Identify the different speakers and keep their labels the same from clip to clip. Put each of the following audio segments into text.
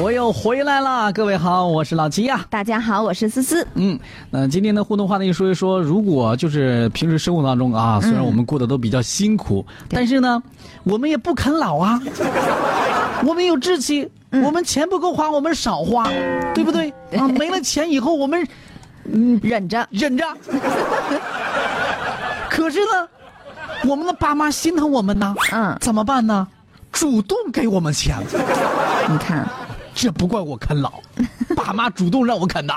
Speaker 1: 我又回来啦！各位好，我是老齐呀、
Speaker 2: 大家好，我是思思。
Speaker 1: 嗯，那今天的互动话题说一说，如果就是平时生活当中啊，虽然我们过得都比较辛苦，但是呢，我们也不啃老啊，我们有志气，我们钱不够花，我们少花，对不对？啊，没了钱以后，我们嗯
Speaker 2: 忍着，
Speaker 1: 忍着。可是呢，我们的爸妈心疼我们呐，
Speaker 2: 嗯
Speaker 1: 怎么办呢？主动给我们钱，
Speaker 2: 你看，
Speaker 1: 这不怪我啃老，爸妈主动让我啃的。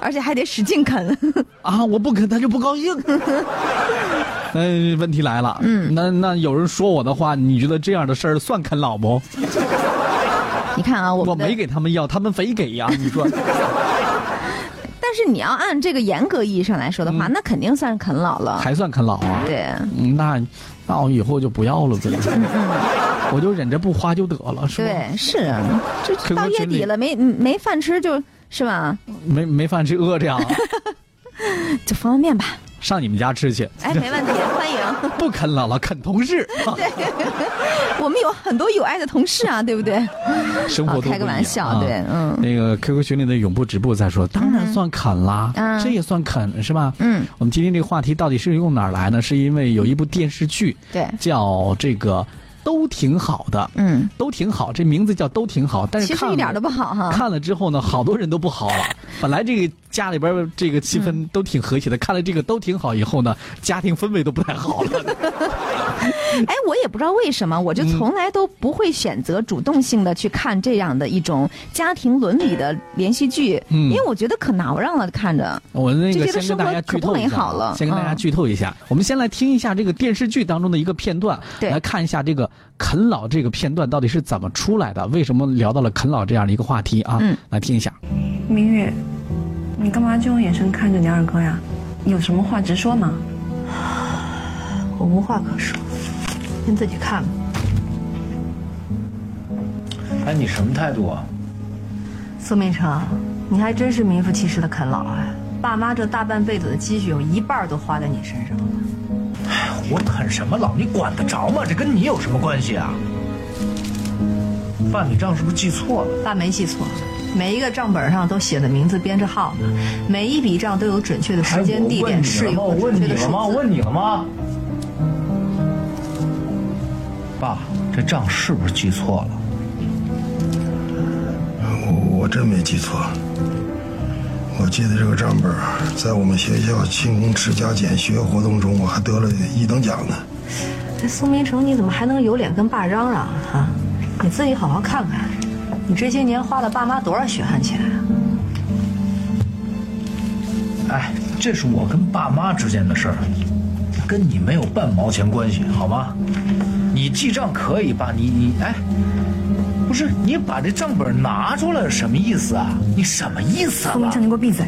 Speaker 2: 而且还得使劲啃。
Speaker 1: 啊，我不肯他就不高兴。那问题来了，嗯，那那有人说我的话，你觉得这样的事儿算啃老不？
Speaker 2: 你看啊，我
Speaker 1: 我
Speaker 2: 们的
Speaker 1: 没给他们要，他们非给呀，你说
Speaker 2: 但是你要按这个严格意义上来说的话，那肯定算是啃老了。
Speaker 1: 嗯还算啃老啊？
Speaker 2: 对，
Speaker 1: 嗯，那那我以后就不要了呗， 我就忍着不花就得了，是吧？
Speaker 2: 对，是啊，就
Speaker 1: 可是
Speaker 2: 到
Speaker 1: 我
Speaker 2: 月
Speaker 1: 群
Speaker 2: 底
Speaker 1: 里
Speaker 2: 了，没没饭吃就，是吧？
Speaker 1: 没没饭吃，饿着呀，
Speaker 2: 就方便 面吧。
Speaker 1: 啊上你们家吃去，
Speaker 2: 哎，没问题，欢迎。
Speaker 1: 不啃老了，啃同事，啊
Speaker 2: 我们有很多有爱的同事啊，对不对？
Speaker 1: 生活
Speaker 2: 啊
Speaker 1: 都不一样
Speaker 2: 开个玩笑
Speaker 1: 啊
Speaker 2: 对嗯
Speaker 1: 那个 QQ 群里的永不止步在说，当然算啃啦，
Speaker 2: 嗯
Speaker 1: 这也算啃是吧？
Speaker 2: 嗯，
Speaker 1: 我们今天这个话题到底是用哪儿来呢？是因为有一部电视剧，
Speaker 2: 对
Speaker 1: 叫这个都挺好的，
Speaker 2: 嗯，
Speaker 1: 都挺好，这名字叫都挺好，但是
Speaker 2: 其实
Speaker 1: 看
Speaker 2: 一点
Speaker 1: 了
Speaker 2: 都不好哈。
Speaker 1: 看了之后呢，好多人都不好了。本来这个家里边儿这个气
Speaker 2: 嗯
Speaker 1: 氛都挺和谐的，看了这个都挺好以后呢，家庭氛围都不太好了。
Speaker 2: 哎，我也不知道为什么，
Speaker 1: 嗯
Speaker 2: 我就从来都不会选择主动性的去看这样的一种家庭伦理的连续剧，
Speaker 1: 嗯
Speaker 2: 因为我觉得可挠让了，看着。
Speaker 1: 我那
Speaker 2: 就
Speaker 1: 个
Speaker 2: 觉得
Speaker 1: 先跟大家
Speaker 2: 生活可
Speaker 1: 剧
Speaker 2: 不
Speaker 1: 透一
Speaker 2: 美
Speaker 1: 下
Speaker 2: 好
Speaker 1: 啊，
Speaker 2: 了
Speaker 1: 先跟大家
Speaker 2: 嗯
Speaker 1: 剧透一下。我们先来听一下这个电视剧当中的一个片段，
Speaker 2: 对
Speaker 1: 来看一下这个啃老这个片段到底是怎么出来的，为什么聊到了啃老这样的一个话题啊？
Speaker 2: 嗯
Speaker 1: 来听一下。
Speaker 3: 明月，你干嘛就用眼神看着你二哥呀？有什么话直说嘛。
Speaker 4: 我无话可说，您自己看吧。
Speaker 5: 哎，你什么态度啊？
Speaker 4: 苏明成，你还真是名副其实的啃老哎！爸妈这大半辈子的积蓄，有一半儿都花在你身上了。
Speaker 5: 我啃什么老？你管得着吗？这跟你有什么关系啊？爸，你账是不是记错了？
Speaker 4: 爸没记错，每一个账本上都写的名字编着号呢，每一笔账都有准确的时间、地点、事
Speaker 5: 哎
Speaker 4: 由
Speaker 5: 我
Speaker 4: 和
Speaker 5: 问
Speaker 4: 准
Speaker 5: 你
Speaker 4: 确的
Speaker 5: 了
Speaker 4: 数
Speaker 5: 吗？我
Speaker 4: 字。
Speaker 5: 问你了吗？我问你了吗？爸，这账是不是记错了？
Speaker 6: 我我真没记错，我记得这个账本儿在我们学校庆功持家减学活动中，我还得了一等奖呢。
Speaker 4: 哎苏明成，你怎么还能有脸跟爸嚷嚷啊啊？你自己好好看看，你这些年花了爸妈多少血汗钱啊？
Speaker 5: 哎，这是我跟爸妈之间的事儿，跟你没有半毛钱关系，好吗？你记账可以，爸，你你哎，不是你把这账本拿出来什么意思啊？你什么意思啊？
Speaker 3: 苏明
Speaker 5: 爸
Speaker 3: 成，你给我闭嘴！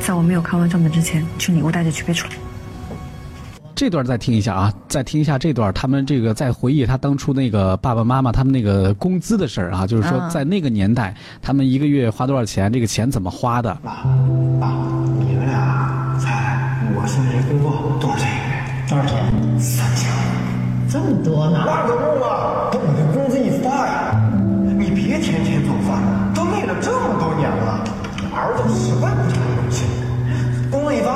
Speaker 3: 在我没有看完账本之前，去里屋带着去别出来。
Speaker 1: 这段再听一下啊，再听一下这段，他们这个在回忆他当初那个爸爸妈妈他们那个工资的事儿啊，就是说
Speaker 2: 啊
Speaker 1: 在那个年代，他们一个月花多少钱，这个钱怎么花的。
Speaker 7: 你们俩猜我现在这工作多少钱？多少钱？三千。这么多啊呢？那可不嘛！等我这工资一发呀，你别天天做饭，都累了这么多年了，儿子实在不成用心。工作一发，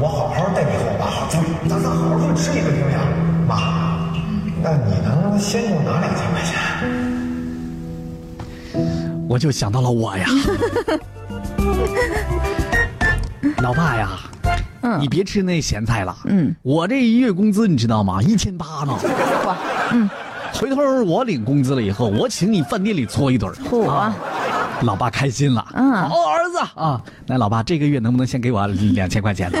Speaker 7: 我好好带你和我爸好咱咱仨好好顿吃一顿，怎么样？妈，那你能先给我拿两千块钱？
Speaker 1: 我就想到了我 呀，老爸呀，
Speaker 2: 嗯
Speaker 1: 你别吃那咸菜了，
Speaker 2: 嗯，
Speaker 1: 我这一月工资你知道吗？一千八呢。
Speaker 2: 哇，嗯
Speaker 1: 回头我领工资了以后，我请你饭店里搓一顿儿。
Speaker 2: 嚯
Speaker 1: 老爸开心了，
Speaker 2: 嗯
Speaker 1: 好儿子啊，那老爸这个月能不能先给我两千块钱 呢？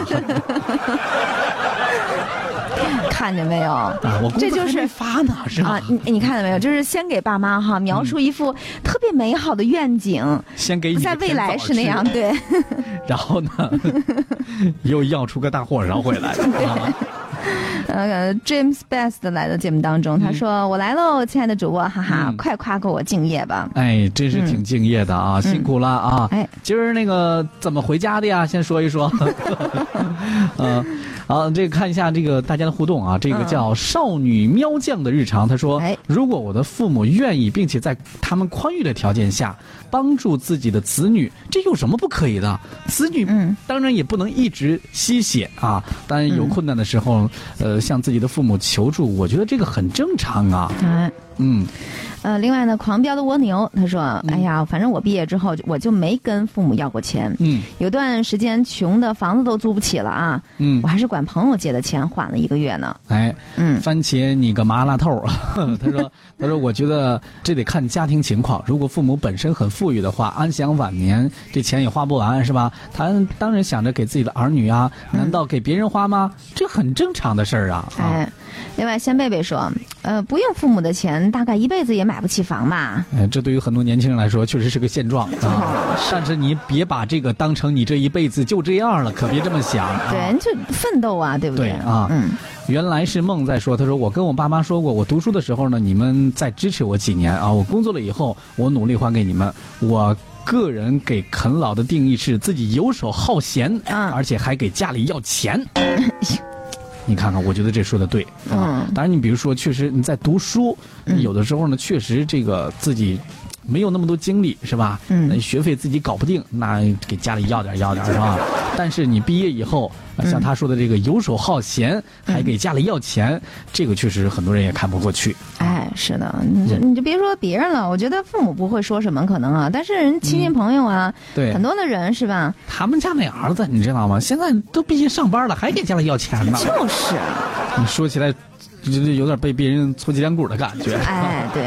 Speaker 2: 看见没有？
Speaker 1: 啊，我工
Speaker 2: 这
Speaker 1: 资
Speaker 2: 就
Speaker 1: 还
Speaker 2: 是
Speaker 1: 没发呢，是吧？
Speaker 2: 啊，你你看到没有？就是先给爸妈哈
Speaker 1: 嗯
Speaker 2: 描述一副特别美好的愿景，
Speaker 1: 先给你
Speaker 2: 在
Speaker 1: 个
Speaker 2: 未
Speaker 1: 甜
Speaker 2: 来
Speaker 1: 枣
Speaker 2: 是那
Speaker 1: 吃
Speaker 2: 样，对，
Speaker 1: 然后呢， 又要出个大货勺回 来。啊
Speaker 2: 呃，James Best 来到节目当
Speaker 1: 嗯
Speaker 2: 中，他说：“我来喽，亲爱的主播，哈哈，快夸过我敬业吧。
Speaker 1: 哎，真是挺敬业的啊，辛苦了啊！
Speaker 2: 嗯哎
Speaker 1: 今儿那个怎么回家的呀？先说一说。嗯、啊，这个看一下这个大家的互动啊，这个叫少女喵酱的日常，他说
Speaker 2: 嗯哎，
Speaker 1: 如果我的父母愿意，并且在他们宽裕的条件下帮助自己的子女，这有什么不可以的？子女
Speaker 2: 嗯
Speaker 1: 当然也不能一直吸血啊，当然有困难的时候，呃，向自己的父母求助，我觉得这个很正常啊。
Speaker 2: 哎
Speaker 1: 嗯，
Speaker 2: 呃，另外呢，狂飙的蜗牛他说：“哎呀，反正我毕业之后我就没跟父母要过钱，
Speaker 1: 嗯，
Speaker 2: 有段时间穷的房子都租不起了啊，
Speaker 1: 嗯
Speaker 2: 我还是管朋友借的钱还了一个月呢，
Speaker 1: 哎，
Speaker 2: 嗯
Speaker 1: 番茄你个麻辣 透儿，他说，他说，我觉得这得看家庭情况。如果父母本身很富裕的话，安享晚年，这钱也花不完，是吧？他当然想着给自己的儿女啊，
Speaker 2: 嗯
Speaker 1: 难道给别人花吗？这很正常的事儿啊。啊
Speaker 2: 哎。”另外，仙贝贝说：“呃，不用父母的钱，大概一辈子也买不起房吧。
Speaker 1: 哎，这对于很多年轻人来说，确实是个现状 啊。但是你别把这个当成你这一辈子就这样了，可别这么想。啊
Speaker 2: 对，你就奋斗啊，对不
Speaker 1: 对啊
Speaker 2: 嗯，
Speaker 1: 原来是梦在说，他说我跟我爸妈说过，我读书的时候呢，你们再支持我几年啊，我工作了以后，我努力还给你们。我个人给啃老的定义是自己游手好闲，
Speaker 2: 嗯
Speaker 1: 而且还给家里要钱。你看看，我觉得这说的对啊。
Speaker 2: 嗯
Speaker 1: 当然，你比如说，确实你在读书，有的时候呢，确实这个自己。没有那么多精力是吧？
Speaker 2: 嗯
Speaker 1: 那学费自己搞不定，那给家里要点儿要点儿是 吧？但是你毕业以后，呃像他说的这个游手好闲，
Speaker 2: 嗯
Speaker 1: 还给家里要钱，这个确实很多人也看不过去。啊
Speaker 2: 哎，是的，你就你就别说别人了，我觉得父母不会说什么可能啊，但是人亲戚朋友啊，
Speaker 1: 嗯对
Speaker 2: 很多的人是吧？
Speaker 1: 他们家那儿子，你知道吗？现在都毕业上班了，还给家里要钱 呢。
Speaker 2: 就是，
Speaker 1: 你说起来，就就有点被别人搓脊梁骨的感 觉。
Speaker 2: 哎，对，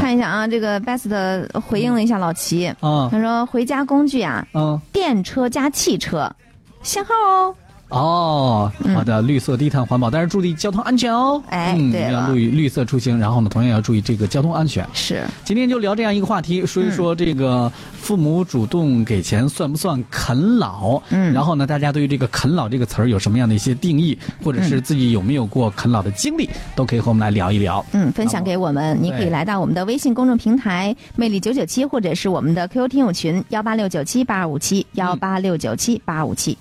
Speaker 2: 看一下啊，这个 Best 回应了一下老齐，
Speaker 1: 嗯
Speaker 2: 他说回家工具啊，
Speaker 1: 嗯，
Speaker 2: 电车加汽车，限号哦，
Speaker 1: 哦，好的，绿色低碳环保，但是注意交通安全哦。
Speaker 2: 嗯哎
Speaker 1: 嗯，
Speaker 2: 对
Speaker 1: 要
Speaker 2: 了
Speaker 1: 注意绿色出行，然后呢，同样要注意这个交通安全。
Speaker 2: 是，
Speaker 1: 今天就聊这样一个话题，说一
Speaker 2: 嗯
Speaker 1: 说这个父母主动给钱算不算啃老？
Speaker 2: 嗯
Speaker 1: 然后呢，大家对于这个“啃老”这个词儿有什么样的一些定义，或者
Speaker 2: 嗯
Speaker 1: 是自己有没有过啃老的经历，都可以和我们来聊一聊。
Speaker 2: 嗯，分享给我们，你可以
Speaker 1: 哦对
Speaker 2: 来到我们的微信公众平台“魅力九九七”，或者是我们的 QQ 听友群幺八六九七八五七幺八六九七八五七。